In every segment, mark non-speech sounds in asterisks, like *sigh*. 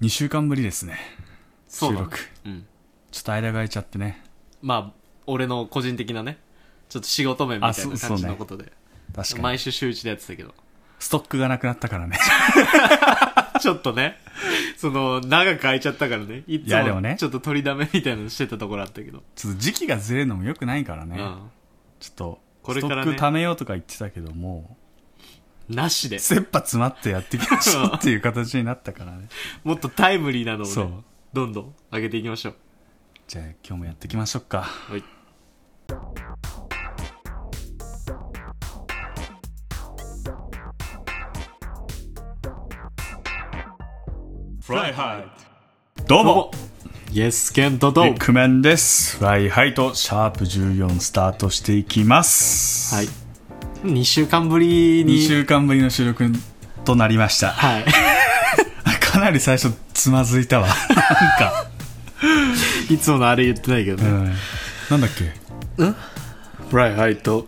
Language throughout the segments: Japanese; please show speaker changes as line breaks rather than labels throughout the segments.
2週間ぶりですね
そうな
収
の
録
うん。
ちょっと間が空いちゃってね
まあ、俺の個人的なね、ちょっと仕事面みたい
あそ
な
うそ
感
う
じ
ね
のことで。
確かに
毎週週一でやってたけど。 *laughs*
ストックがなくなったからね *laughs*
ちょっとね、その、長く空いちゃったからね。いつ
いやでも
も、
ね
ちょっと取りだめみたいなのしてたところあったけど。
ちょっと時期がずれるのもよくないからね、
うん。
ちょっと
これ
スト
からね
ック貯めようとか言ってたけども
なしで
う。切羽詰まってやっていきましょうっていう形になったから
*laughs*
ね
もっとタイムリーなのを
そ
ね
う、
どんどん上げていきましょう。
じゃあ今日もやっていきましょうか
はい。
フライハイどう
どう
も
もイエスケントと、
ビッグメンですフライハイとシャープ14スタートしていきます
はい。2週間ぶりに。
2週間ぶりの収録となりました *laughs*
はい。 *laughs*
かなり最初つまずいたわ *laughs* なんか、
いつものあれ言ってないけど
う
ね。
ん、なんだっけ
フライハイと、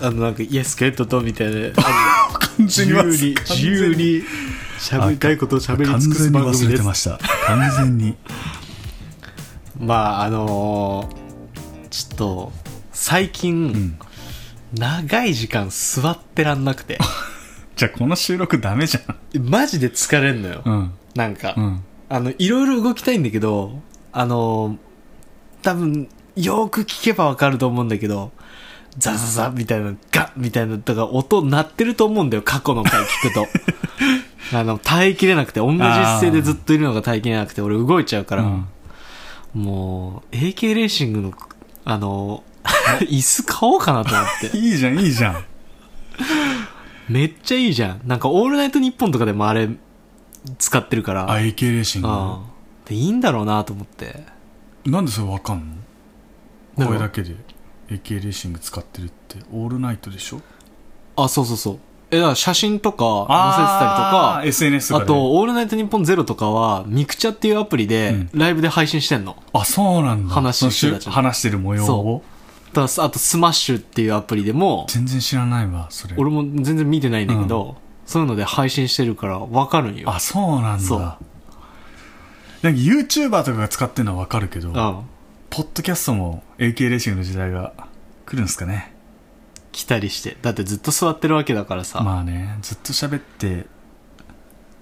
あの、なんか、イエスケントとみたいな。
*laughs*
あ
完
の自由に、自由に、喋りたいことを喋り
完
尽くす
全に
番
忘
組
れ
で
て
す
ま。した完全に
まあ、あのーちょっと、最近、長い時間座ってらんなく *laughs* て、
じゃあこの収録ダメじゃ
マジで疲れんのよ。
んうん
なんか、
うん
あの、いろいろ動きたいんだけど、あの、多分、よーく聞けばわかると思うんだけど、ザザザみたいな、ガッみたいな、とか音鳴ってると思うんだよ、過去の回聞くと。あの、耐えきれなくて、同じ姿勢でずっといるのが耐えきれなくて、俺動いちゃうから、
うん
もう、AK レーシングの、あの、 *laughs* 椅子買おうかなと思って。
いいじゃんいいじゃん
めっちゃいいじゃん。なんか、オールナイトニッポンとかでもあれ、使ってるから。うん。
AK レーシング
で、いいんだろうなと思って。
なんでそれわかん
な
の
んか
声だけで AK レーシング使ってるってオールナイトでしょ
あ、そうそうそう。え、だから写真とか載せてたりとか、
SNS と
あ
かで
と、オールナイトニッポンゼロとかは、ミクチャっていうアプリ
う
で
ん、
ライブで配信してんの。
あそうなんだ
話してる人たち
その話してる模様を
そだからあと、スマッシュっていうアプリでも、
全然知らないわそれ
俺も全然見てないんだけど、そういうので配信してるから、わかるんよ。
あそうなんだ
そう
なんか YouTuber とかが使ってるのはわかるけど
うん。
ポッドキャストも AK レーシングの時代が来るんですかね
来たりして。だってずっと座ってるわけだからさ。
まあねずっと喋って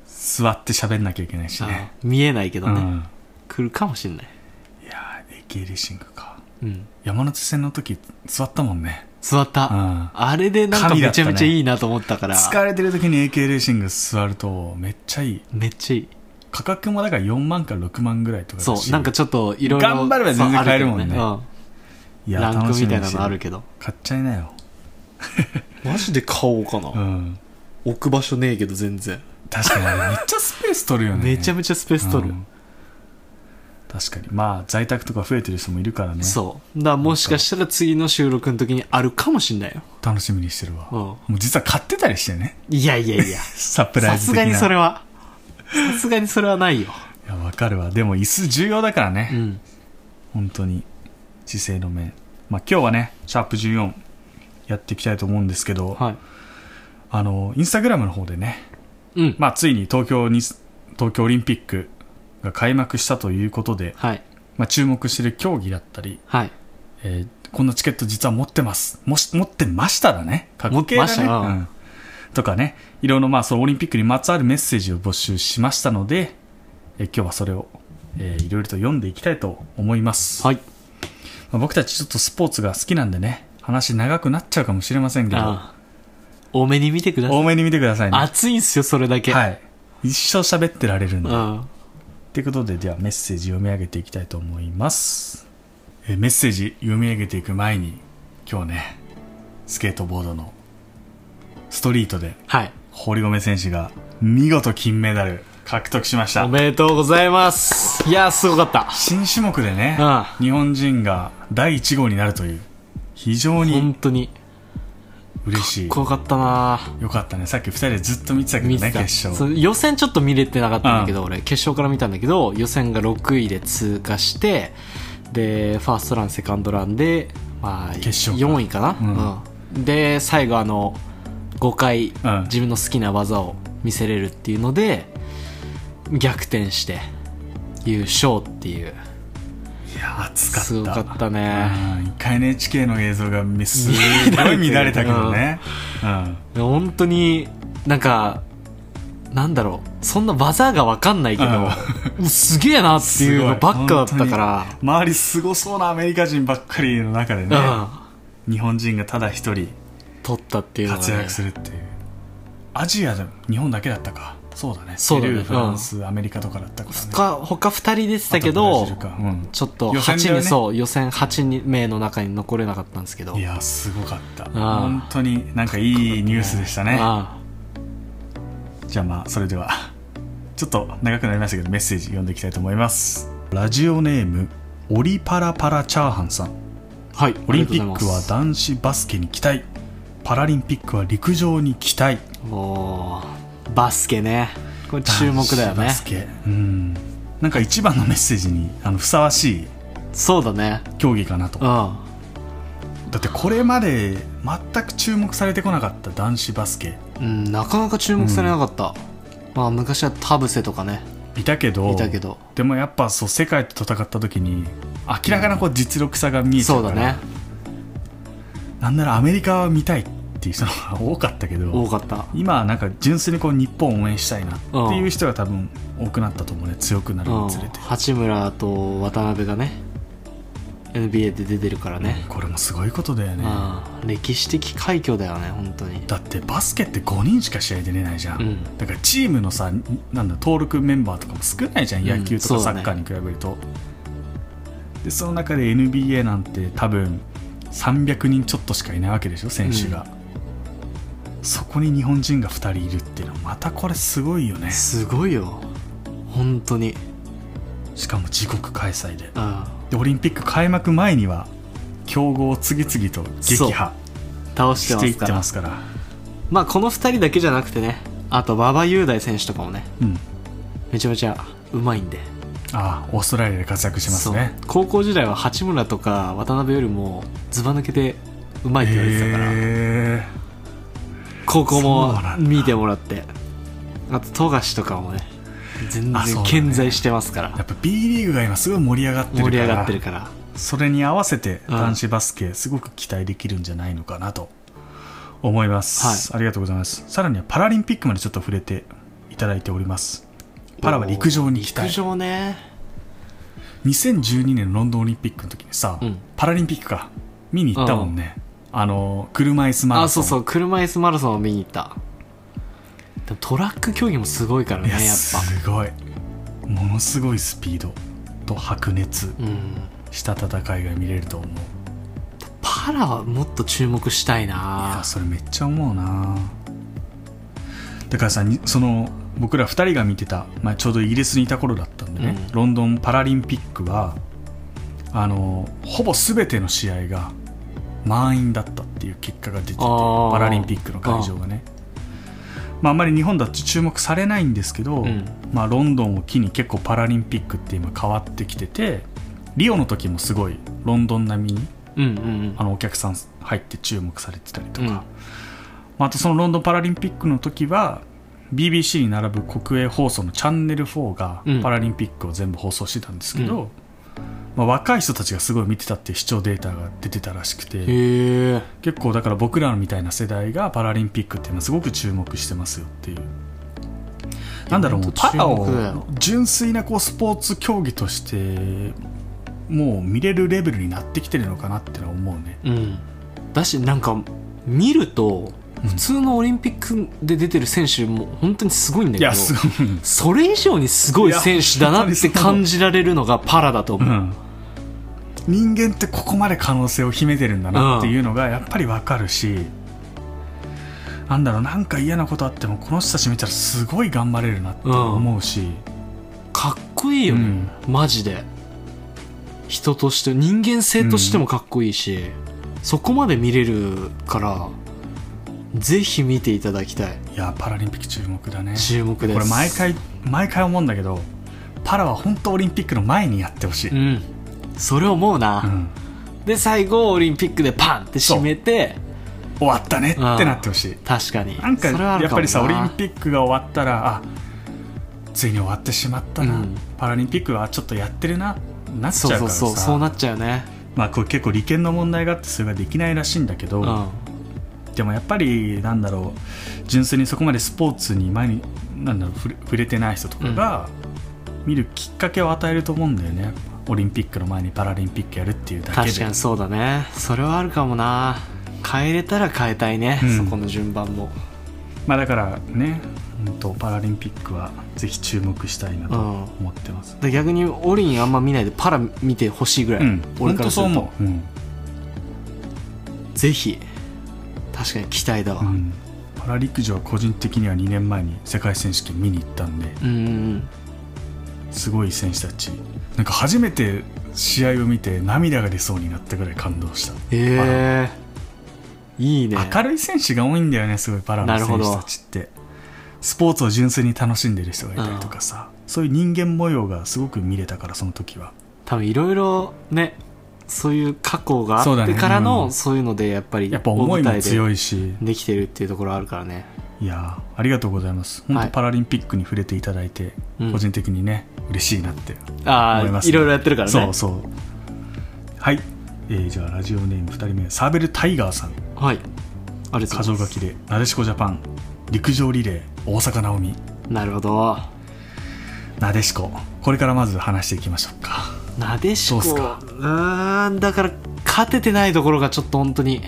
座って喋んなきゃいけないしね
うん見えないけど
う
ね、
ん
来るかもしんない。
いやー AK レーシングか
うん。
山手線の時座ったもんね
座った。
うん
あれでなんか
神だ
め
っ
ち
た
ゃ
ね
めちゃいいなと思ったから、
疲れてる時に AK レーシング座るとめっちゃいい
めっちゃいい。
価格もだから4万から6万ぐらいとかだし
そう、なんかちょっといろいろ。
頑張れば全然買えるもんね
そうあるけど
い
うん
や
ラン
楽
ク
し
み
み
たい
に
な
して
のあるけど。
買っちゃいなよ
マジで買おうかな。
うん
置く場所ねえけど全然。
確かにあれめっちゃスペース取るよね
めちゃ
ちゃ
めちゃスペース取る。
確かにまあ在宅とか増えてる人もいるからね
そう。だからもしかしたら次の収録の時にあるかもしんないよ。
楽しみにしてるわ、
うん
もう実は買ってたりしてね
いやいや *laughs* いや。
サプラ
さ
イズ
す
的な
がにそれは。さすがにそれはないよ。
いやわかるわでも椅子重要だからね、
うん。
本当に姿勢の面まあ今日はねシャープ14やっていきたいと思うんですけど、
は
あのインスタグラムの方でね
い。うん。
まあついに東京に東京オリンピックが開幕したということで、
はい。
まあ、注目してる競技だったり、
はい。
えーこんなチケット実は持ってます。もし、持ってましたらね。過去形
持
だ
ってました
ね。
よ
うんとかね、いろいろまあ、そのオリンピックにまつわるメッセージを募集しましたので、えー今日はそれを、えーいろいろと読んでいきたいと思います。
はい。
まあ僕たちちょっとスポーツが好きなんでね、話長くなっちゃうかもしれませんけど、
ああ多めに見てください。
多めに見てくださいね。
熱いんすよ、それだけ。
はい。一生喋ってられるんで
う。ん。
ということで、ではメッセージ読み上げていきたいと思います。えーメッセージ読み上げていく前に、今日ね、スケートボードのストリートで
はい。
堀米選手が見事金メダル獲得しまし
お
た。
めでとうございます。いやー、すごかった。
新種目でね、
あ
日本人が第1号になるという、非常に
本当に。
嬉しい。
怖かったな
よかったね。さっき二人でずっと見てたけど
見
ね、
てた、
決
そ
勝。
う予選ちょっと見れてなかったんだけど、俺決勝から見たんだけど予選が6位で通過してでファーストランセカンドランで、まあ、
決勝か
4位かな、うんで最後あの5回、
うん
自分の好きな技を見せれるっていうので逆転して優勝っていう
いや暑かった
すごかったね
うん一回 NHK の映像がめすごい乱れたけどね、うん、
本当になんかなんだろうそんな技が分かんないけど、
うん
もうすげえなっていうのばっかだったから
本当に周りすごそうなアメリカ人ばっかりの中でね、日本人がただ一人
うん、取ったっていうのがね
活躍するっていう、アジアでも日本だけだったかそうだね
そうだね
ペルーフランス、アメリカとかだったからね
他他2人出てたけ
あとブラ
ど
ジルかうん
ちょっと
予選
8
だ
人、
よね
そう予選8名の中に残れなかったんですけど
いやすごかった
あ
本当になんかいいニュースでしたね
あ
じゃあまあそれではちょっと長くなりましたけどメッセージ読んでいきたいと思いますラジオネームオリパラパラチャーハンさん
あはい
オリンピック
あ
は
りがと
男子バスケに期待パラリンピックは陸上に期待
うございますおーバスケねこれ注目だよ
男子
ね
バスケうんなんか一番のメッセージにあのふさわしい
そうだね
競技かなと
うんあ
だってこれまで全く注目されてこなかった男子バスケ
うん、なかなか注目されなかった、まあ昔は田臥とかね
いたけど
いたけど
でもやっぱそう世界と戦った時に明らかなこう実力差が見えちゃ
そうう
か
だ
ら
ね
なんならアメリカは見たいっていう人が多かったけ
多
ど
かった
今はなんか純粋にこう日本を応援したいなっていう人が多分多くなったと思うね強くなる
う
に
ん
つれて、
八村と渡辺がね NBA で出てるからね、
これもすごいことだよね、
うん、歴史的快挙だよね本当に
だってバスケって5人しか試合出れないじゃん、
うん
だからチームのさなんだ登録メンバーとかも少ないじゃん
うん
野球とか
そう
サ
だね
ッカーに比べると、でその中で NBA なんて多分300人ちょっとしかいないわけでしょ選手が、そこに日本人が2人いるっていうのはまたこれすごいよね
すごいよ本当に
しかも自国開催で
うん
でオリンピック開幕前には強豪を次々と撃破
倒して
し
ま
てい
す
っ
か
て
ら
ま
ます
から
あこの2人だけじゃなくてねあと馬場雄大選手とかもね
うん
めちゃめちゃうまいんで
ああオーストラリアで活躍しますね
そう高校時代は八村とか渡辺よりもずば抜けてうまいって言われてたか
へ
ら、
え
高校
そう
も
なんだ
見てもらってあと富樫とかもね全
あそうだ
然
ね
健在してますから、
やっぱ B リーグが今すごい盛り上がってるか
盛
ら
り上がってるから
それに合わせて
うん
男子バスケすごく期待できるんじゃないのかなと思います、ありがとうございますさらにはパラリンピックまでちょっと触れていただいておりますパラは陸上に期
陸
待
上ね
2012年のロンドンオリンピックの時にさ、
うん
パラリンピックか見に行ったもんね、あの車椅子マラソン
あそうそう車椅子マラソンを見に行ったでもトラック競技もすごいからね
い
や
や
っ
すごいものすごいスピードと白熱
ぱうん
した戦いが見れると思う
パラはもっと注目したい
い
な
やそれめっちゃ思うなだからさにその僕ら2人が見てた、まあ、ちょうどイギリスにいた頃だったんでね、
うん
ロンドンパラリンピックはあのほぼ全ての試合が満員だったっていう結果が出てて
あー
パラリンピックの会場がねまあ、あんまり日本だと注目されないんですけど、
うん
まあ、ロンドンを機に結構パラリンピックって今変わってきててリオの時もすごいロンドン並みに
うんうん
あのお客さん入って注目されてたりと
う
か、
んうん
まああとそのロンドンパラリンピックの時は BBC に並ぶ国営放送のチャンネル4が
うん
パラリンピックを全部放送してたんですけど、
う
まあ、若い人たちがすごい見てたっていう視聴データが出てたらしくて
へえ
結構だから僕らみたいな世代がパラリンピックっていうのはすごく注目してますよっていう。なんだろうもう
本当
パラを
注目だよ
純粋なこうスポーツ競技としてもう見れるレベルになってきてるのかなってのは思うね。
うんだしなんか見ると普通のオリンピックで出てる選手も本当にすごいん
い
だけど
やすごい
それ以上にすごい選手だなって感じられるのがパラだと思う、
人間ってここまで可能性を秘めてるんだなっていうのがやっぱりわかるし、なんだろうなんか嫌なことあってもこの人たち見たらすごい頑張れるなって思うし、
かっこいいよね、マジで人として人間性としてもかっこいいし、そこまで見れるからぜひ見ていただきたい
いやパラリンピック注目だね
注目です
これ毎回毎回思うんだけどパラは本当オリンピックの前にやってほしい、
うんそれ思う
う
な、
ん
で最後オリンピックでパンって締めて
終わったねってなってほしい
確かに
なんか
それはある
やっぱりさ
も
オリ
な
ンピックが終わったらあついに終わってしまったな、
うん
パラリンピックはちょっとやってるななっちゃう
そ
か
う
ら
そう
さ
そうそうなっちゃうよね
まあこれ結構利権の問題があってそれができないらしいんだけど、
うん
でもやっぱりなんだろう純粋にそこまでスポーツに前になんだろう触れ触れてない人とかが見るきっかけを与えると思うんだよねオリンピックの前にパラリンピックやるっていうだけで
確かにそうだねそれはあるかもな変えれたら変えたいね、
うん
そこの順番も
まあだからね本当パラリンピックはぜひ注目したいなと
うん
思ってます、
で逆にオリンあんま見ないでパラ見てほしいぐらい、
うん、
俺
本
から
当
す
そう
る
思
と
う、うん
ぜひ確かに期待だわ、
うんパラ陸上は個人的には2年前に世界選手権見に行ったんで
うんうん
すごい選手たちなんか初めて試合を見て涙が出そうになったぐらい感動した
ええいいね
明るい選手が多いんだよねすごいパラの
なるほ
選
ど
手たちってスポーツを純粋に楽しんでる人がいたりとかさ、そういう人間模様がすごく見れたからその時は
多分いろいろねそういう過去が
そう
あ
だ
って
ね
から
う
の
ん
そういうのでやっぱり
やっぱ思い
大
も
舞台
強いし
でできてるっていうところあるからね
いやーありがとうございます本
は
当
い
パラリンピックに触れていただいて、
うん
個人的にね嬉しいなって
あ
思いま
あ
すね
いろいろやってるからね
そうそうはい、えーじゃあラジオネーム2人目サーベルタイガーさん
はいありがとう
箇
ござい
条
ま
書
す
きでなでしこジャパン陸上リレー大坂なおみ
なるほど
なでしここれからまず話していきましょうか
なでし
ど
こ
うっすか
うーんだから勝ててないところがちょっと本当に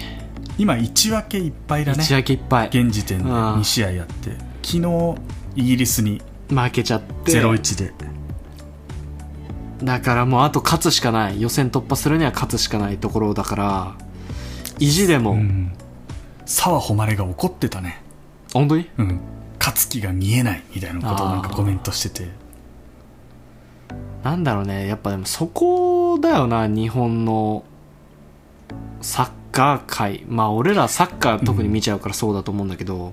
今1分けいっぱいだね
一分けいっぱい
現時点で
うん
2試合やって昨日イギリスに
負けちゃって
0-1で
だからもうあと勝つしかない予選突破するには勝つしかないところだから意地でも、
うん澤穂希が怒ってたね、
本当に
うん、勝つ気が見えないみたいなことをなんかコメントしてて
なんだろうねやっぱでもそこだよな日本のサッカー界まあ俺らサッカー特に見ちゃうからそうだと思うんだけど、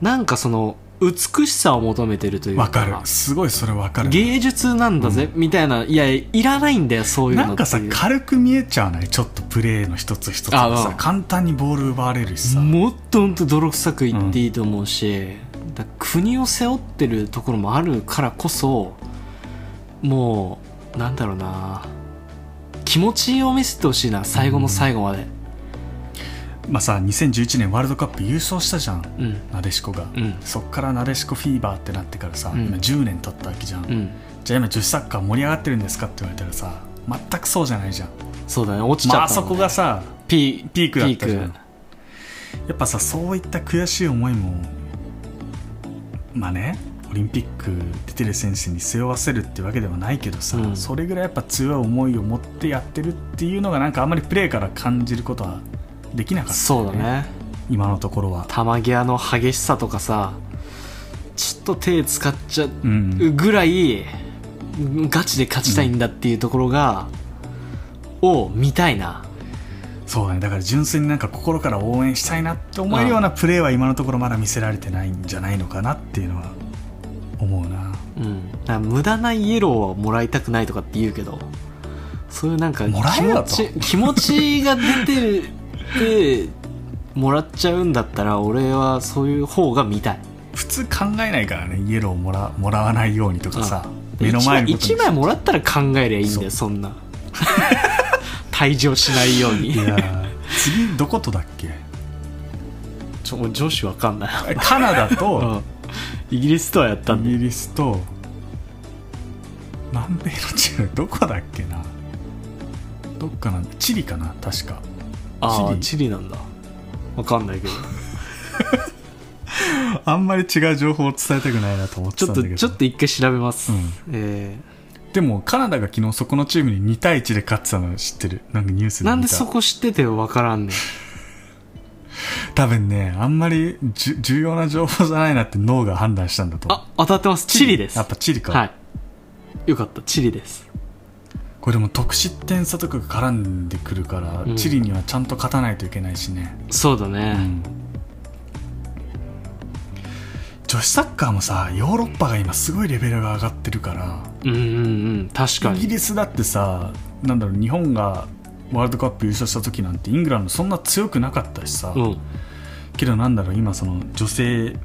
なんかその美しさを求めてるという
わかるすごいそれわかる
芸術なんだぜ、みたいないやいらないんだよそういうの
なんかさ
っていう
軽く見えちゃわないちょっとプレーの一つ一つが
あ
さ
うん
簡単にボール奪われるしさ
もっとほんと泥臭く言っていいと思うし、だから国を背負ってるところもあるからこそもうなんだろうな気持ちを見せてほしいな最後の最後まで
まあさ2011年ワールドカップ優勝したじゃん
うん
なでしこが、
うん
そっからなでしこフィーバーってなってからさ、
うん
今10年経ったわけじゃん、
うん、
じゃあ今女子サッカー盛り上がってるんですかって言われたらさ全くそうじゃないじゃん、
そうだね落ちち
まあ
ゃ
あ
った
そ
もん
こ
ね
がさ
ピ
ピークだった
ピ
じゃん
ー
やっぱさそういった悔しい思いもまあねオリンピック出てる選手に背負わせるってわけではないけどさ、
うん
それぐらいやっぱ強い思いを持ってやってるっていうのがなんかあんまりプレーから感じることはできなかった、
クそうだね
今のところは、
玉際の激しさとかさちょっと手使っちゃ
うん、
ぐらいガチで勝ちたいんだっていうところが、を見たいな
そうだねだから純粋になんか心から応援したいなって思えるようなプレーは今のところまだ見せられてないんじゃないのかなっていうのは思うな
うん、だから無駄なイエローはもらいたくないとかって言うけどそういうなんか
もら
気
えよ
持
と
ち気持ちが出てるってもらっちゃうんだったら俺はそういう方が見たい
普通考えないからねイエローをもらもらわないようにとかさ
うん
目の前のことに
1枚 ,1 枚もらったら考えりゃいいんだ
そ
よ
う
そんな *laughs* 退場しないように
いやー次どことだっけ
ちょ女子わかんない、
カナダ
う *laughs*
と
ん、イギリスとはやったん
イ
で
ギリスと南米のチームどこだっけなどっかなチリかな確か
ああ
チリ
チリなんだわかんないけ *laughs* ど
あんまり違う情報を伝えたくないなと思って
ちょ
た
っ
んだけ
と
ど
ちょっと一回調べます、
うん
え
でもカナダが昨日そこのチームに2対1で勝ってたの知ってるなんかニュースで
ー
見た
なんでそこ知っててわからんねん
多分ねあんまりじゅ重要な情報じゃないなって脳が判断したんだと思う
あ、当たってます。チリです。
やっぱチリか、
はい。よかった、チリです。
これでも得失点差とかが絡んでくるから、
うん
チリにはちゃんと勝たないといけないしね、
そうだ
う
ね。
ん女子サッカーもさヨーロッパが今すごいレベルが上がってるから
うん、うん、うん、確か
イギ
に。
リスだってさなんだろう日本がワールドカップ優勝した時なんてイングランドそんな強くなかったしさ、
うん。
けどなんだろう今その女性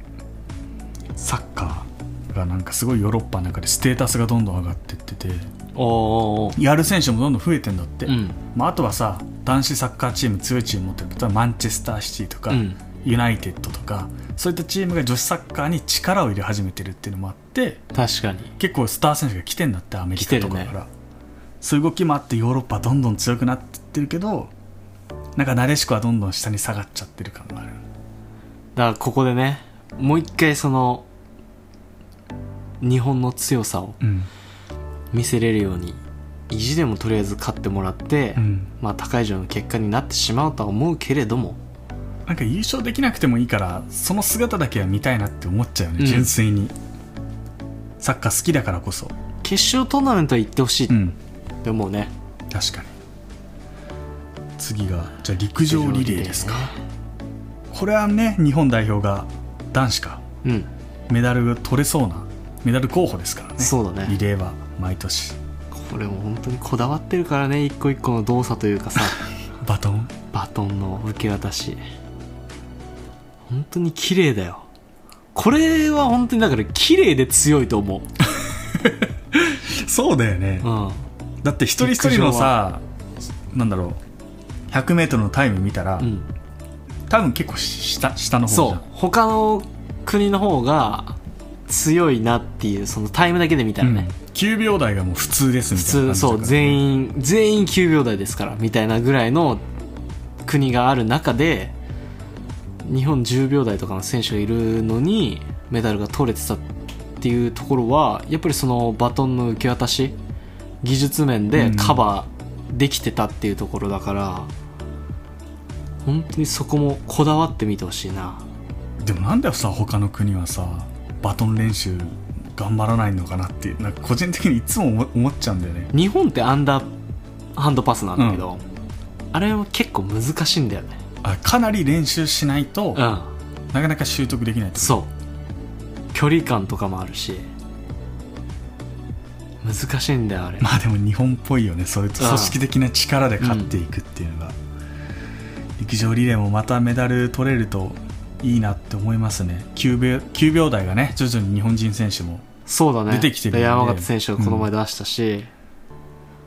サッカーがなんかすごいヨーロッパの中でステータスがどんどん上がってってて
おーおーおー
やる選手もどんどん増えてんだって、
うん
まあ、あとはさ男子サッカーチーム強いチーム持ってる例えばマンチェスターシティとか、
うん
ユナイテッドとかそういったチームが女子サッカーに力を入れ始めてるっていうのもあって
確かに
結構スター選手が来てんだってアメリカとかか
来て
ら、
る
そういう動きもあってヨーロッパはどんどん強くなってってるけどなんかなでしくはどんどん下に下がっちゃってる感がある
だからここでねもう一回その日本の強さを
うん
見せれるように意地でもとりあえず勝ってもらって、
うん
まあ高い上の結果になってしまうとは思うけれども
なんか優勝できなくてもいいからその姿だけは見たいなって思っちゃうよね、
うん
純粋にサッカー好きだからこそ
決勝トーナメントは行ってほしい
うん
って思うね、
確かに次がじゃあ陸上リレーですかこれはね日本代表が男子か
うん
メダルが取れそうなメダル候補ですからね
そうだね
リレーは毎年
これも本当にこだわってるからね一個一個の動作というかさ
バトン
バトンの受け渡し本当に綺麗だよこれは本当にだから綺麗で強いと思
そうだよね、
う、うん、
だって一人一人のさなんだろう 100m のタイム見たら、
うん、
多分結構下下の方じゃん
そう他の国の方が強いなっていうそのタイムだけで見たらね、
9秒台がもう普通ですみ
普
たいな
通そう
員
全員全員9秒台ですからみたいなぐらいの国がある中で日本10秒台とかの選手がいるのにメダルが取れてたっていうところはやっぱりそのバトンの受け渡し技術面でカバーできてたっていうところだから、本当にそこもこだわってみてほしいな
でもなんでさ他の国はさバトン練習頑張らないのかなってなんか個人的にいつも思思っちゃうんだよね
日本ってアンダーハンドパスなんだけど、あれは結構難しいんだよね
あかなり練習しないと、
うん
なかなか習得できないと
そう距離感とかもあるし難しいんだよあれ、
まあでも日本っぽいよねそういう
ああ
組織的な力で勝っていくっていうのが、陸上リレーもまたメダル取れるといいなって思いますね9秒 ,9 秒台がね徐々に日本人選手も
そうだね
出てきてるよね
山形選手がこの前出したし、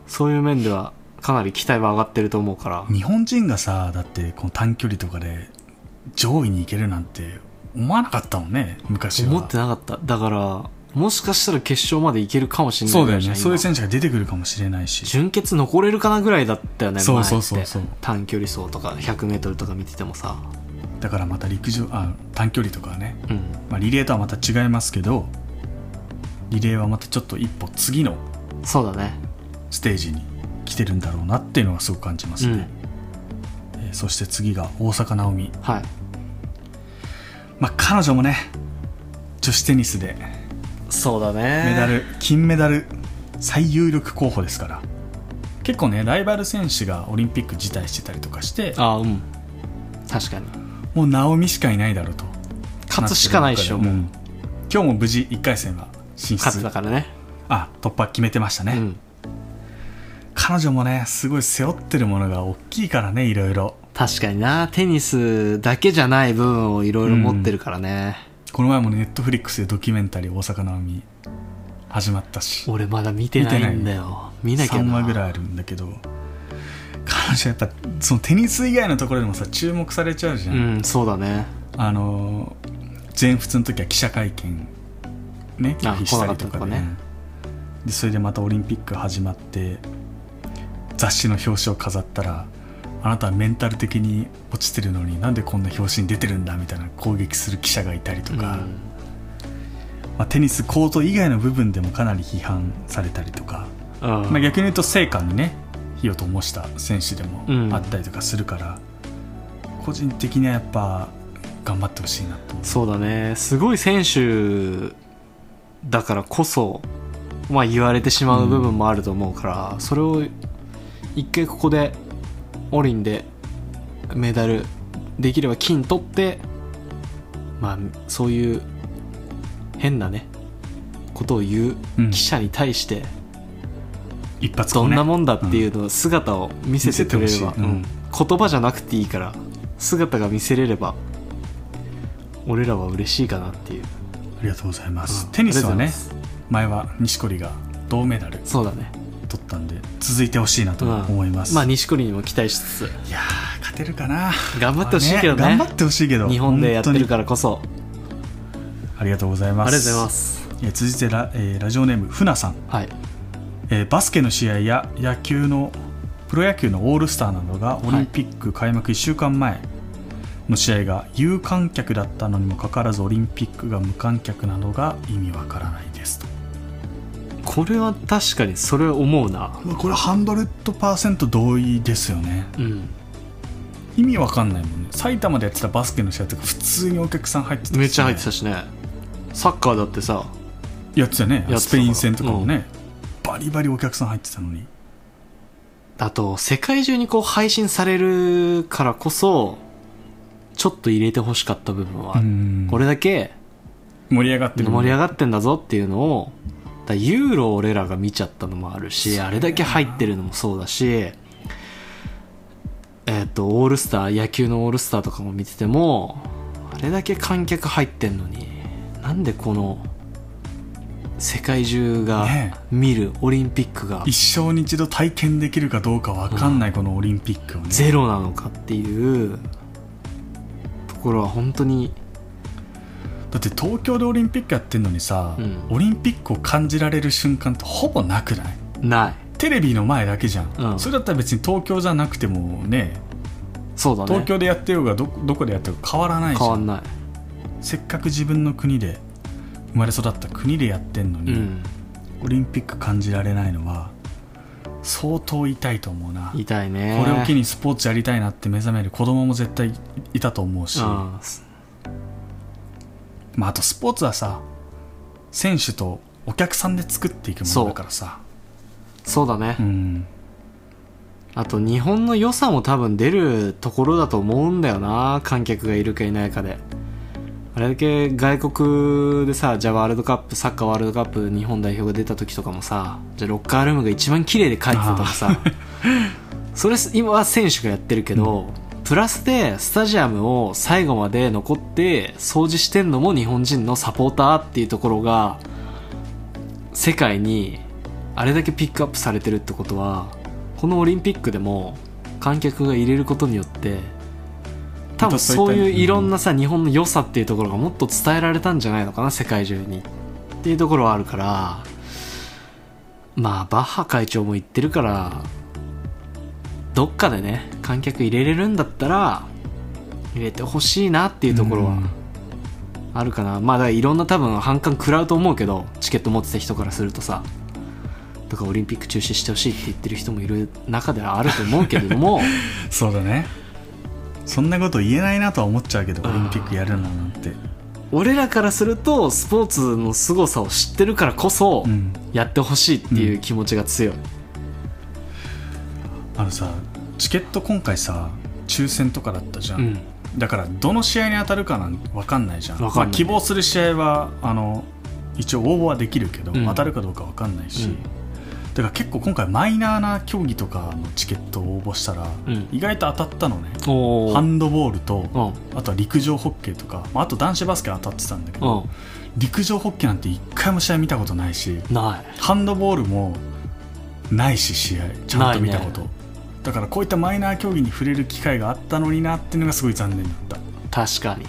そういう面ではかなり期待は上がってると思うから
日本人がさだってこの短距離とかで上位に行けるなんて思わなかったもんね昔は
思ってなかっただからもしかしたら決勝までいけるかもしれない
そうだよ
じゃ
ね
ん今
そういう選手が出てくるかもしれないし
準決残れるかなぐらいだったよね
そうそうそうそう
前って短距離走とか 100m とか見ててもさ
だからまた陸上あ短距離とかはね、
うん
まあ、リレーとはまた違いますけどリレーはまたちょっと一歩次の
そうだね
ステージに来てるんだろうなっていうのがすごく感じますね、えーそして次が大坂なおみ、
うんはい
まあ、彼女もね女子テニスで
そうだね
メダル、金メダル最有力候補ですから結構ねライバル選手がオリンピック辞退してたりとかして
あうん確かに
もうナオミしかいないだろうと
勝つしかないでしょ
ってる
もう
中でうん今日も無事1回戦は進
勝つだ
出
からね
あ突破決めてましたね、
うん
彼女もねすごい背負ってるものが大きいからねいろいろ
確かになテニスだけじゃない部分をいろいろ持ってるからね、
この前もネットフリックスでドキュメンタリー大阪なおみ始まったし
俺まだ見てないんだよ見なきゃ
3
な
話ぐらいあるんだけど彼女やっぱそのテニス以外のところでもさ注目されちゃうじゃん、
うんそうだね
あの全仏の時は記者会見ね
あ
拒否したりとか
来なかったとか
で,、
ね
でそれでまたオリンピック始まって雑誌の表紙を飾ったらあなたはメンタル的に落ちてるのになんでこんな表紙に出てるんだみたいな攻撃する記者がいたりとか、まあ、テニスコート以外の部分でもかなり批判されたりとか、
うん、
まあ、逆に言うと成果にね火を灯した選手で
うん
もあったりとかするから、個人的にはやっぱ頑張ってほしいなと思う
そうだねすごい選手だからこそまあ言われてしまう部分もあると思うから、それを一回ここでオリンでメダルできれば金取ってまあそういう変なねことを言
う
うん記者に対して
一発
ど
こうね
んなもんだっていうのを姿を見せてくれれば、
見せてほしいうん
うん言葉じゃなくていいから姿が見せれれば俺らは嬉しいかなっていう
りがとうございます、
うん
テニスは
あり
ね
がとうございま
前は錦織が銅メダル
すそうだね、
取ったんで続いてほしいなと
うん
思います、
まあ錦織にも期待しつつ
いやー勝てるかな
頑張ってほしいけどね
まあ頑張ってほしいけど
日本でやってるからこそ
本当にありがとうござい
あ
ま
り
す
がとうございます
えー続いてラ,、えーラジオネームふなさん、
はい
えーバスケの試合や野球のプロ野球のオールスターなどがオリンピック開幕1週間前の試合が有観客だったのにもかかわらずオリンピックが無観客なのが意味わからないですと、
これは確かにそれ思うな
まあ、これハンドルとパーセント同意ですよね
うん
意味わかんないもんね埼玉でやってたバスケの試合とか普通にお客さん入ってたしね、
めっちゃ入ってたしねサッカーだってさ
やってたよね
たから
スペイン戦とかもね、バリバリお客さん入ってたのに
あと世界中にこう配信されるからこそちょっと入れてほしかった部分はある、
うん
これだけ
盛り上がってる
盛り上がってんだぞっていうのをだユーロを俺らが見ちゃったのもあるしあれだけ入ってるのもそうだしえっ、とオールスター野球のオールスターとかも見ててもあれだけ観客入ってんのになんでこの世界中が
ね
見るオリンピックが
一生に一度体験できるかどうかわかんないこのオリンピックをね、
ゼロなのかっていうところは本当に
だって東京でオリンピックやってんのにさ、
うん
オリンピックを感じられる瞬間ってほぼなくない
ない
テレビの前だけじゃん、
うん
それだったら別に東京じゃなくてもね
そうだね
東京でやってようがどどこでやってようが変わらないじ
変
ゃ
わ
ん
んない、
せっかく自分の国で生まれ育った国でやってんの
う
に、
ん、
オリンピック感じられないのは相当痛いと思うな、
痛いね
これを機
に
にスポーツやりたいなって目覚める子供も絶対いたと思うし、
うん
まあ、あとスポーツはさ選手とお客さんで作っていくものだからさ
そうだね、
うん
あと日本の良さも多分出るところだと思うんだよな観客がいるかいないかであれだけ外国でさじゃあワールドカップサッカーワールドカップ日本代表が出た時とかもさじゃあロッカールームが一番綺麗で帰ってたとかさそれ今は選手がやってるけど、プラスでスタジアムを最後まで残って掃除してんのも日本人のサポーターっていうところが世界にあれだけピックアップされてるってことはこのオリンピックでも観客が入れることによって多分そういういろんなさ日本の良さっていうところがもっと伝えられたんじゃないのかな世界中にっていうところはあるからまあバッハ会長も言ってるからどっかでね観客入れれるんだったら入れてほしいなっていうところはあるかな、まあだからいろんな多分反感食らうと思うけどチケット持ってた人からするとさだからオリンピック中止してほしいって言ってる人もいる中ではあると思うけれど
*laughs*
も
そうだねそんなこと言えないなとは思っちゃうけど
う
オ
ん
リンピックやるななんて
俺らからするとスポーツの凄さを知ってるからこそ
うん
やってほしいっていう気持ちが強い、
あのさチケット今回さ抽選とかだったじゃん、
うん
だからどの試合に当たるかなんて分かんないじゃん
わかんない
まあ、希望する試合はあの一応応募はできるけど、
うん
当たるかどうか分かんないし、
うん
だから結構今回マイナーな競技とかのチケットを応募したら、
うん
意外と当たったのね
おお
ハンドボールと、
うん
あとは陸上ホッケーとか、まあ、あと男子バスケ当たってたんだけど、
う
陸上ホッケーなんて一回も試合見たことないし
んない
ハンドボールもないし試合ちゃんと見たこと、だからこういったマイナー競技に触れる機会があったのになっていうのがすごい残念だった
確かに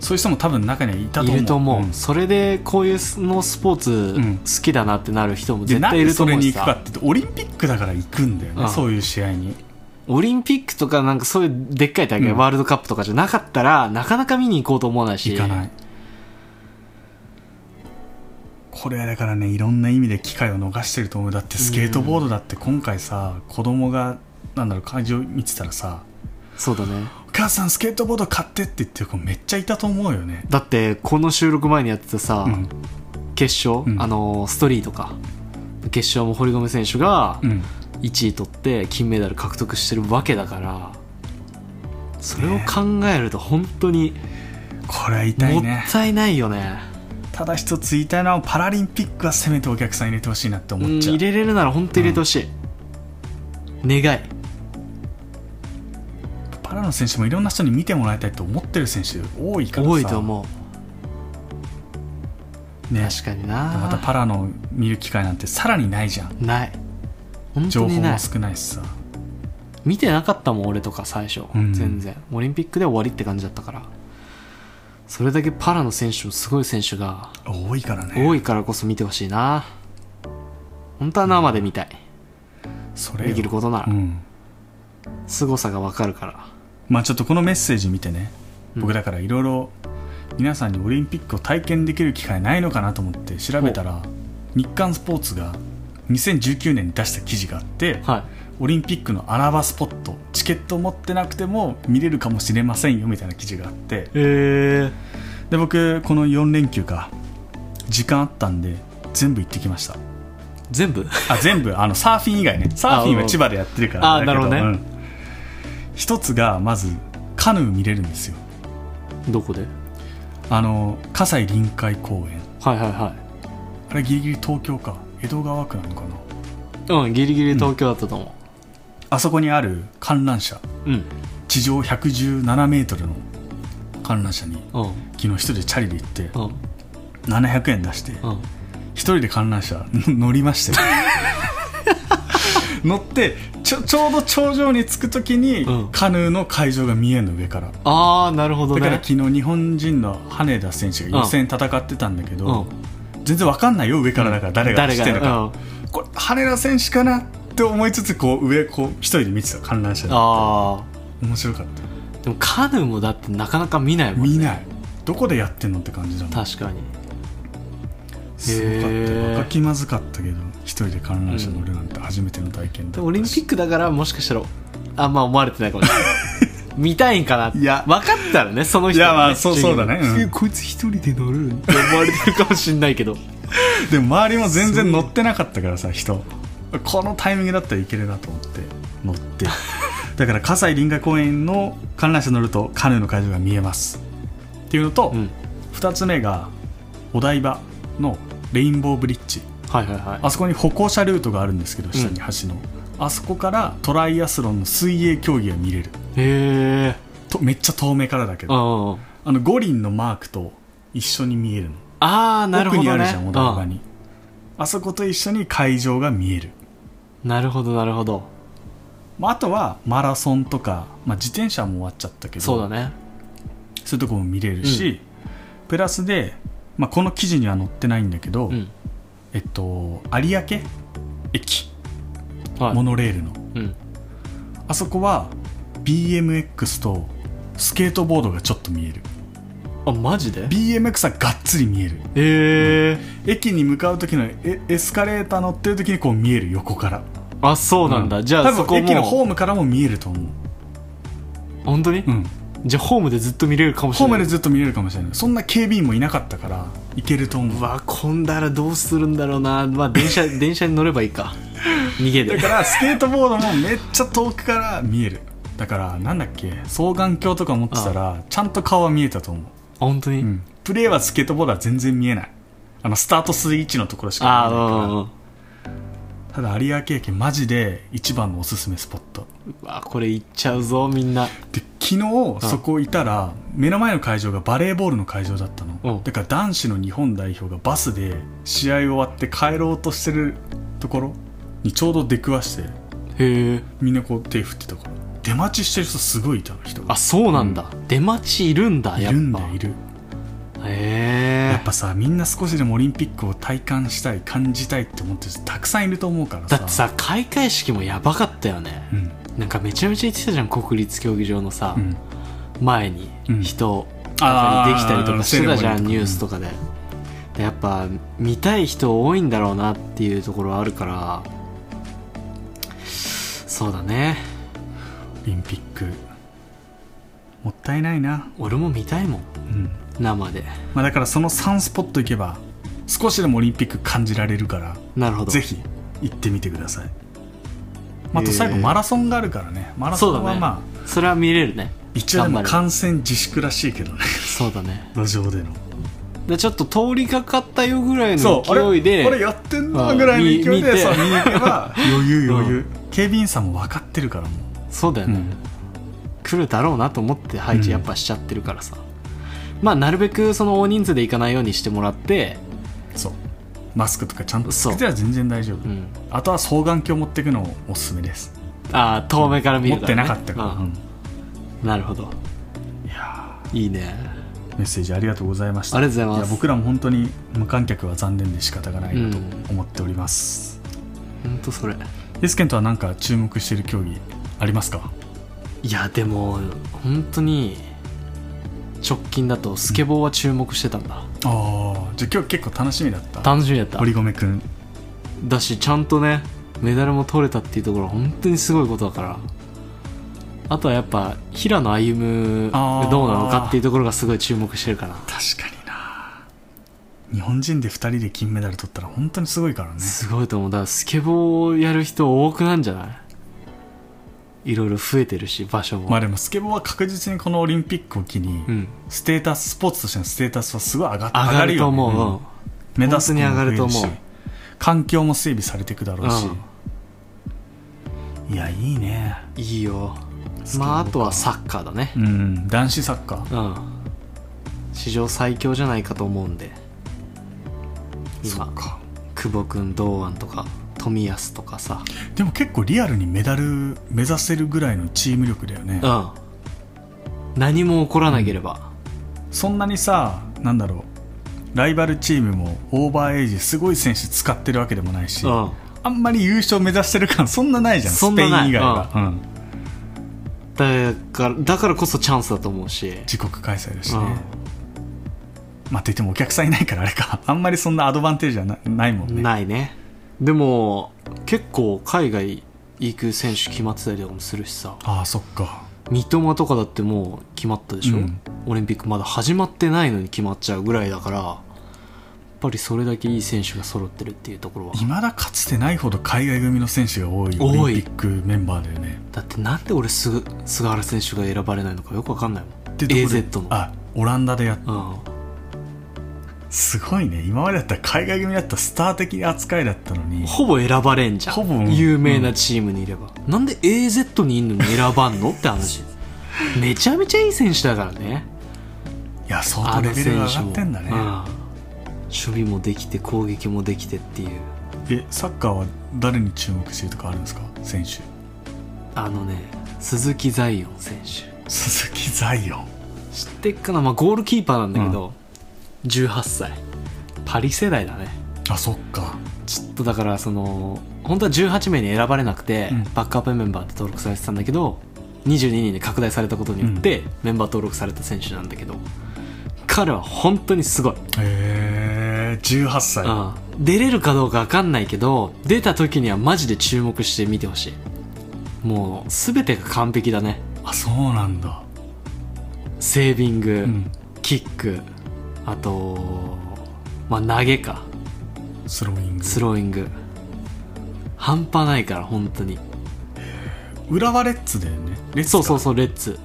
そういう人も多分中にはいたと思う
いると思う、
ん
それでこういうのスポー
ん
ツ好きだなってなる人も
で
絶
なん
対い
で
ると
それ
思う
に
し
行くか
さ
って言うとオリンピックだから行くんだよね、
うん
そういう試合に
オリンピックとかなんかそういうでっかい大会、
うん
ワールドカップとかじゃなかったらなかなか見に行こうと思わないし
行かない、これはだからねいろんな意味で機会を逃してると思うだってスケートボードだって今回さ、子供がなんだろう会場見てたらさ
そうだね
「お母さんスケートボード買って」って言ってる子めっちゃいたと思うよね
だってこの収録前にやってたさ、
うん
決勝、
うん
あのーストリートか決勝も堀米選手が
うん
1位取って金メダル獲得してるわけだからそれを考えると本当に
これは痛
も
い
っ
ね
たいないよね
ただ一つ言いたいのはパラリンピックはせめてお客さん入れてほしいなって
う
思
ん
っちゃう、
入れれるなら本当に入れてほしい、願い
パラの選手もいろんな人に見てもらいたいと思ってる選手多いからさ
多いと思う
ね
確かにな
またパラの見る機会なんてさらにないじゃん
ない本当
情報
にな
も
い
少ないしさ
見てなかったもん俺とか最初、
うん
全然オリンピックで終わりって感じだったからそれだけパラの選手もすごい選手が
多いからね
多いからこそ見てほしいな本当は生で見たい、
それよ
できることなら、
うん
凄さがわかるから
まあちょっとこのメッセージ見てね、
うん
僕だからいろいろ皆さんにオリンピックを体験できる機会ないのかなと思って調べたら日刊スポーツが2019年に出した記事があって
はい
オリンピックの穴場スポットチケットを持ってなくても見れるかもしれませんよみたいな記事があって
え
で僕この4連休か時間あったんで全部行ってきました
全部 *laughs*
あ全部あのサーフィン以外ねサーフィン
あう
は
ん
千葉でやってるから
あなるほどね
うん一つがまずカヌー見れるんですよ
どこで
あの葛西臨海公園
はいはいはい
あれギリギリ東京か江戸川区なのかな
うんギリギリ東京だったと思
あそこにある観覧車
ううん
地上117メートルの観覧車に
うん
昨日一人でチャリで行って
うん
700円出して
うん
一人で観覧車 *laughs* 乗りましたよ乗ってちょちょうど頂上に着く時に、
うん
カヌーの会場が見えるの上からだ
ああなるほど
から
ね
昨日日本人の羽田選手が予選戦ってたんだけど、
うん
全然わかんないよ上からだから誰が走ってるのか、
うん
これ羽田選手かなって思いつつこう上こう一人で見てた観覧車で
あ
面白かっ
あでもカヌーもだってなかなか見ない
た
もん
見ないどこでやってんのって感じだもん
確かに
すごかった
へー
よ若気まずかったけど一人で観覧車乗るなんて初めての体験だったし
でもオリンピックだからもしかしたらあんま思われてないかもしれない *laughs* 見たいんかなって
いや
分かったらねその
い
人
や
はね
まあそうそうだねうん
えこいつ一人で乗るって思われてるかもしれない
*laughs*
けど
でも周りも全然乗ってなかったからさ人このタイミングだったらいけるなと思って乗って
*laughs*
だから葛西臨海公園の観覧車乗るとカヌーの会場が見えますっていうのと、
うん
2つ目がお台場のレインボーブリッジ
はいはいはい
あそこに歩行者ルートがあるんですけど下に橋の、あそこからトライアスロンの水泳競技が見れる
へえ
とめっちゃ遠目からだけ
う
ど
んうん
あの五輪のマークと一緒に見えるの
ああなるほどね
奥にあるじゃんお台場
うん
にあそこと一緒に会場が見える、
なるほどなるほど
まあ、あとはマラソンとか、まあ、自転車も終わっちゃったけど
そうだね
そういうとこも見れるし、プラスで、まあ、この記事には載ってないんだけど、
うん
えっと有明駅
はい
モノレールの
うん
あそこは BMX とスケートボードがちょっと見える
あマジで
BMX はがっつり見える
へえ
駅に向かう時のエエスカレーター乗ってる時にこう見える横から
あそうなんだじゃあ
多
そこ
分駅のホ
も
ームからも見えると思う、
本当に
うん、
じゃあホームでずっと見れるかもし
ホー
れ
ム
な
で
い
ずっと見れるかもしれないそんな警備員もいなかったから行けると思う
うわ混んだらどうするんだろうなまあ電車 *laughs* 電車に乗ればいいか逃げ
だ
で
からスケートボードもめっちゃ遠くから見えるだからなんだっけ双眼鏡とか持ってたらちゃんと顔は見えたと思
本当に、
う、うん、プレーはスケートボードは全然見えないあのスタートする位置のところしか見
ああ
えないから
うんうん
ただ有明駅マジで一番のおすすめスポット
うわこれ行っちゃうぞみんな
で昨日そこいたら目の前の会場がバレーボールの会場だったの、
うん
だから男子の日本代表がバスで試合終わって帰ろうとしてるところにちょうど出くわして
へえ
みんなこう手振ってたから出待ちしてる人すごいいたの人が
あそうなんだ、出待ちいるんだ
い
やっぱ
るんだいるや
へ
っぱさみんな少しでもオリンピックを体感したい感じたいって思ってる人たくさんいると思うから
えだ
さ
ってさ開会式もやばかったよね
うん
なんかめちゃめちゃ言ってたじゃん国立競技場のさ、
うん
前に
うん
人
あー
できたりとかしてたじ
セ
ゃ
レ
ん
モニーとか
ニュースとかででやっぱ見たい人多いんだろうなっていうところはあるからそうだね
オリンピックもったいないな
俺も見たいもん
うん
生で
まあ、だからその3スポット行けば少しでもオリンピック感じられるから
なるほど
ぜひ行ってみてくださいあと最後
えー
マラソンがあるからねマラ
そ
ソ
う
ン
だ
は
ね
まあ、
それは見れるね
一応で
頑張
も
る
感染自粛らしいけどね
そうだね
路上での
でちょっと通りかかったよぐらい
*laughs* そ
の
うあれ
勢いで
これやってん
う
の
ん
ぐらいの勢い
見
で
見て
そう見に行けば余裕
うん
余裕、警備員さんも分かってるからも
そうだよ
う、
ね、
うん
来るだろうなと思って配
う
置
ん
やっぱしちゃってるからさ、まあなるべくその大人数で行かないようにしてもらって
そうマスクとかちゃんとつけて
そ
は全然大丈夫、
うん、
あとは双眼鏡を持っていくのもおすすめです
ああ遠目から見
持
る
っ
か
て
ら、ね、
なかったから、
うんなるほど
うんいや
いいね
ーメッセージありがとうございました
ありがとうございます
や僕らも本当に無観客は残念で仕方がないなと
うん
思っております、
ほんとそれ
デスケンとは何か注目している競技ありますか
いやでも本当に直近だとスケボーは注目してたんだ、
ああじゃあ今日結構楽しみだった
楽しみだった
堀米くん
だしちゃんとねメダルも取れたっていうところは本当にすごいことだからあとはやっぱ平野歩夢
あー
どうなのかっていうところがすごい注目してるかな
確かにな日本人で2人で金メダル取ったら本当にすごいからね
すごいと思うだからスケボーやる人多くなんじゃないいろいろ増えてるし場所も、
まあでもスケボーは確実にこのオリンピックを機に、
うん
ステータススポーツとしてのステータスはすごい上がっ
上がると思う、
上がよね目指す子も
本当に上がると思う
増えし環境も整備されていくだろうし、いやいいね
うんいいよまああとはサッカーだね
うん男子サッカー
うん史上最強じゃないかと思うんで
そ
今
っか
久保君堂安とか冨安とかさ
でも結構リアルにメダル目指せるぐらいのチーム力だよね、
うん何も起こらなければ、
そんなにさなんだろうライバルチームもオーバーエイジすごい選手使ってるわけでもないし、
うん
あんまり優勝目指してる感そんなないじゃん
そんなな
スペイン
い
以外は、うん
だからだからこそチャンスだと思うし
自国開催だしね、まあといってもお客さんいないからあれかあんまりそんなアドバンテージはなないもんね
ないねでも結構海外行く選手決まってたりとかもするしさ
ああそっか
三笘とかだってもう決まったでしょ、
うん
オリンピックまだ始まってないのに決まっちゃうぐらいだからやっぱりそれだけいい選手が揃ってるっていうところはい
まだかつてないほど海外組の選手が多い
多い
オリンピックメンバーだよね
だってなんで俺すぐ菅原選手が選ばれないのかよくわかんないもん
でどこで
AZ の
あオランダでやっ
う
すごいね今までだったら海外組だったらスター的扱いだったのに
ん、ほぼ選ばれんじゃん
ほぼうん
有名なチームにいれば、なんで AZ にいんのに選ばんのっ
*laughs*
て話めちゃめちゃいい選手だからね
いや相当レベルが上がってんだね、
あの選手もうん守備もできて攻撃もできてっていう
えサッカーは誰に注目してるとかあるんですか選手
あのね鈴木財音選手
鈴木財音
知ってっかな、まあ、ゴールキーパーなんだけど、18歳パリ世代だね
あそっか
ちょっとだからその本当は18名に選ばれなくて、
うん
バックアップメンバーって登録されてたんだけど22人に拡大されたことによって、メンバー登録された選手なんだけど彼は本当にすごい、
へえ18歳
うん出れるかどうか分かんないけど出た時にはマジで注目して見てほしいもう全てが完璧だね
あそうなんだ
セービング、
うん
キックあと、まあ、投げか
スローイング
スローイング半端ないから本当に
浦和レッズだよねレッズか
そうそうそうレッツ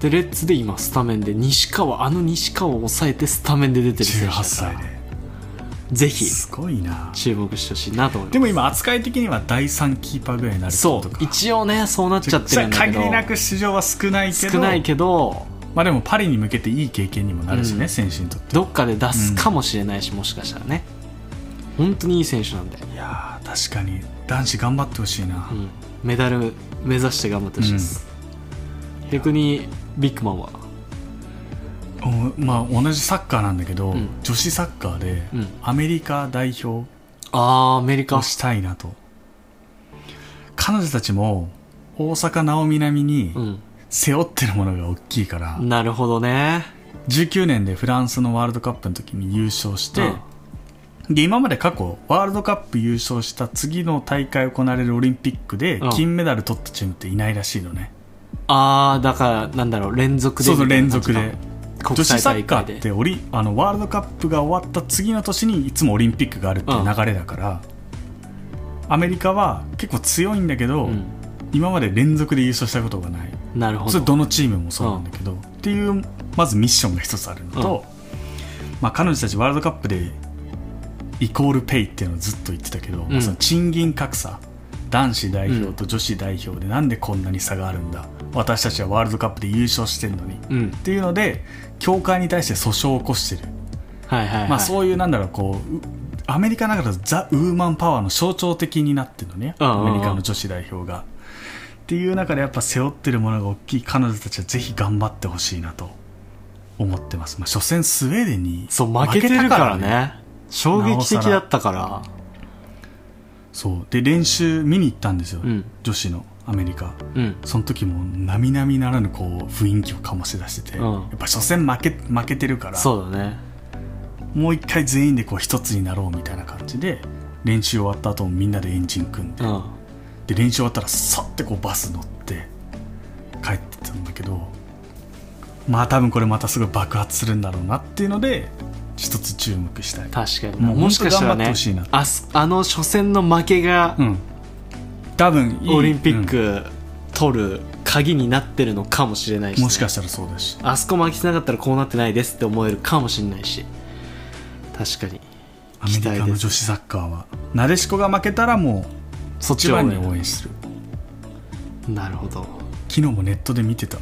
でレッツで今スタメンで西川あの西川を抑えてスタメンで出てる選手だか
18
ら
歳で
ぜひ
すごいな
注目してほしいなと思います
でも今扱い的には第3キーパーぐらいになるってこ
そ
とか
う一応ねそうなっちゃってるんだけ
限りな
ど
く市場は少ないけど
少ないけど
まあでもパリに向けていい経験にもなるしね、
うん
選手にとって
どっかで出すかもしれないし、もしかしたらね本当にいい選手なんで、
いやー確かに男子頑張ってほしいな、
うんメダル目指して頑張ってほしいです、逆にビッグマンは
おまあ同じサッカーなんだけど、
ん
女子サッカーで
うん
アメリカ代表
あーアメリカ
をしたいなと、彼女たちも大坂なおみなみに
うん
背負ってるものが大きいから、
なるほどね
19年でフランスのワールドカップの時に優勝して、
うん
で今まで過去ワールドカップ優勝した次の大会行われるオリンピックで
うん
金メダル取ったチームっていないらしいのね、
ああだからなんだろう連続で
そうそう
みたい
連
な感じ
続
か
で
国
女子
際
サッ
大
カー
会
っ
で
てオリあのワールドカップが終わった次の年にいつもオリンピックがあるっていう流れだから、アメリカは結構強いんだけど、
うん
今まで連続で優勝したことがない
なるほ
それ
ど
どのチームもそうなんだけど、っていうまずミッションが一つあるのと、まあ、彼女たちワールドカップでイコールペイっていうのをずっと言ってたけど、
うん
その賃金格差男子代表と女子代表でなんでこんなに差があるんだ、私たちはワールドカップで優勝してるのにっ
うん
ていうので協会に対して訴訟を起こしてる、
はいはいはい
まあ、そういうなんだろうこううアメリカながらザ・ウーマンパワーの象徴的になってるのね、
うんうんうん
アメリカの女子代表が。っていう中でやっぱ背負ってるものが大きい彼女たちはぜひ頑張ってほしいなと思ってます。まあ、初戦スウェーデンに
そう、負けてるから。ね。衝撃的だったから。
そう。で、練習見に行ったんですよ、
うん
女子のアメリカ。
うん。
その時も並々ならぬこう雰囲気を醸し出してて、
うん
やっぱ初戦負け負けてるから
そうだね。
もう一回全員でこう一つになろうみたいな感じで練習終わった後もみんなでエンジン組んで
うん。
で練習終わったらさってこうバス乗って帰ってったんだけどまあ多分これまたすごい爆発するんだろうなっていうので一つ注目したい、
確かに。
もう
もしかした
本当頑
ら
張って
ね
ほしいな、
あすあの初戦の負けが
うん、多分いい
オリンピッ
う
ク取る鍵になってるのかもしれないし
ん
ね。
もしかしたらそうだし
あそこ負けてなかったらこうなってないですって思えるかもしれないし。確かに。
アメリカの女子サッカーはなでしこが負けたらもう
そっ
一
ちを
番に応援する
なるほど。
昨日もネットで見てた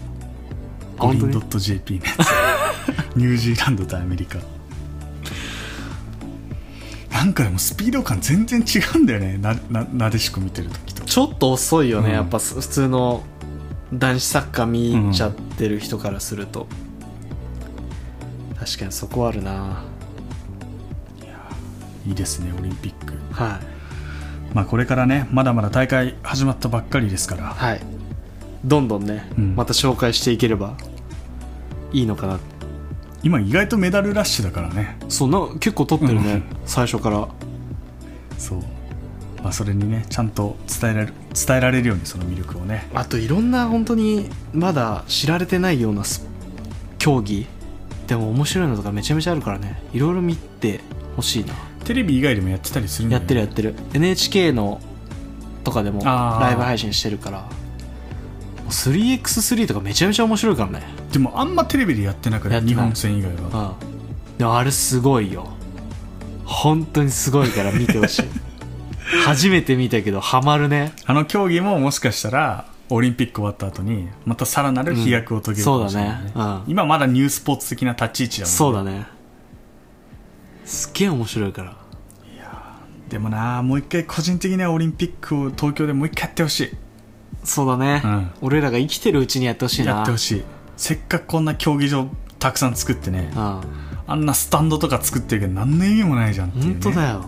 五
本当
輪
に
.jp のや
*laughs*
つニュージーランドとアメリカなんかでもスピード感全然違うんだよねなななでしこ見てる時と
ちょっと遅いよ
う
ね、
ん
やっぱす普通の男子サッカー見ちゃってる人からすると、確かにそこはあるない
いですねオリンピック
はい
まあこれからねまだまだ大会始まったばっかりですから
はいどんどんね、
うん
また紹介していければいいのかな
今意外とメダルラッシュだからね
そうな結構取ってるね、
うん
最初から
そうまあそれにねちゃんと伝えられ伝えられるようにその魅力をね
あといろんな本当にまだ知られてないようなス競技でも面白いのとかめちゃめちゃあるからねいろいろ見てほしいな
テレビ以外でもやってたりするんだ
や
よ
っ
ね
てるやってる NHK のとかでも
あー
ライブ配信してるからもう 3x3 とかめちゃめちゃ面白いからね
でもあんまテレビでやってなくて
やってない
日本戦以外は
うんでもあれすごいよ本当にすごいから見て
*laughs*
ほしい初めて見たけどハマるね
あの競技ももしかしたらオリンピック終わった後にまたさらなる飛躍を遂げるかもしれない、
うんそうだねうん
今まだニュースポーツ的な立ち位置だもん
そうだねすっげえ面白いから
でもなもう一回個人的にはオリンピックを東京でもう一回やってほしい
そうだね、
うん
俺らが生きてるうちにやってほしいな
やってほしいせっかくこんな競技場たくさん作ってね
うん
あんなスタンドとか作ってるけど何の意味もないじゃんっていう、ね、
本当だよ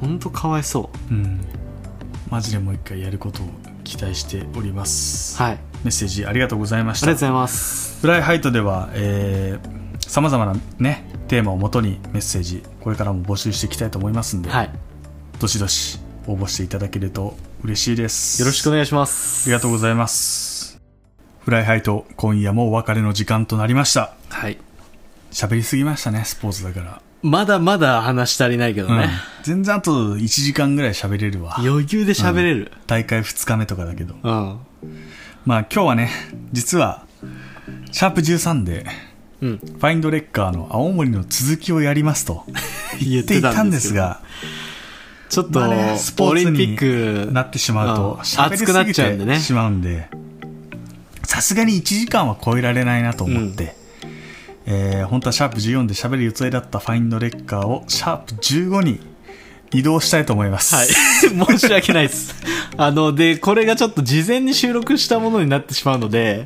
本当かわいそう
うんマジでもう一回やることを期待しております、
はいあり
メッセージありがとうございました
がとうございます
フライハイトでは、えー、さまざまなね、テーマをもとにメッセージ、これからも募集していきたいと思いますんで、
はい
どしどし応募していただけると嬉しいです。
よろしくお
あ
願いします
りがとうございます。フライハイト、今夜もお別れの時間となりました。
はい
喋りすぎましたね、スポーツだから。
まだまだ話足りないけど
うん
ね。
全然あと1時間ぐらい喋れるわ。
余裕で喋れる。
大会2日目とかだけど。
うん。
まあ今日はね、実は、シャープ13で、
うん。
ファインドレッカーの青森の続きをやりますと
言
言っていたんですが、
ちょっと、
まあねスポ
オ
ー
リ
ツ
ン
に
ピック、
なってしまうと
うん、
喋りすぎ
熱くなっちゃうんでね
てしまうんで、さすがに1時間は超えられないなと思って、えー本当はシャープ14で喋る予定だったファインドレッカーをシャープ15に移動したいと思います。
はい。 *laughs* 申し訳ないです。あの、で、これがちょっと事前に収録したものになってしまうので、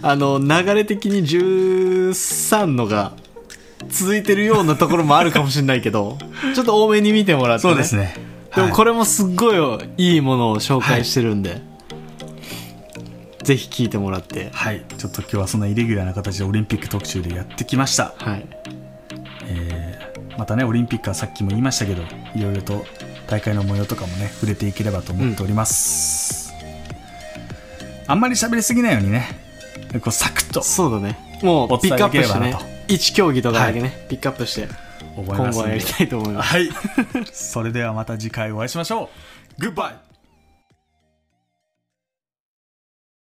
あの、流れ的に13のが続いてるようなところもあるかもしれないけど、 *laughs* ちょっと多めに見てもらって、
そうです。ね。
*laughs* でも
はい
これもすっごいいいものを紹介してるんで、ぜひ聞いてもらって。
はい。ちょっと今日はそんなイレギュラーな形でオリンピック特集でやってきました。
はい。
えーまたね、オリンピックはさっきも言いましたけど、いろいろと大会の模様とかもね、触れていければと思っております。あんまり喋りすぎないようにね、こうサクッと
そうだね。も
お
うピ
伝え
ックアップして
できれ
ね
ばなと。
一競技とかだけね、ピックアップして、
覚え
今
ま
後
すん
はや
で *laughs*
りたいと思います。
はい。それではまた次回お会いしましょう。グッバイ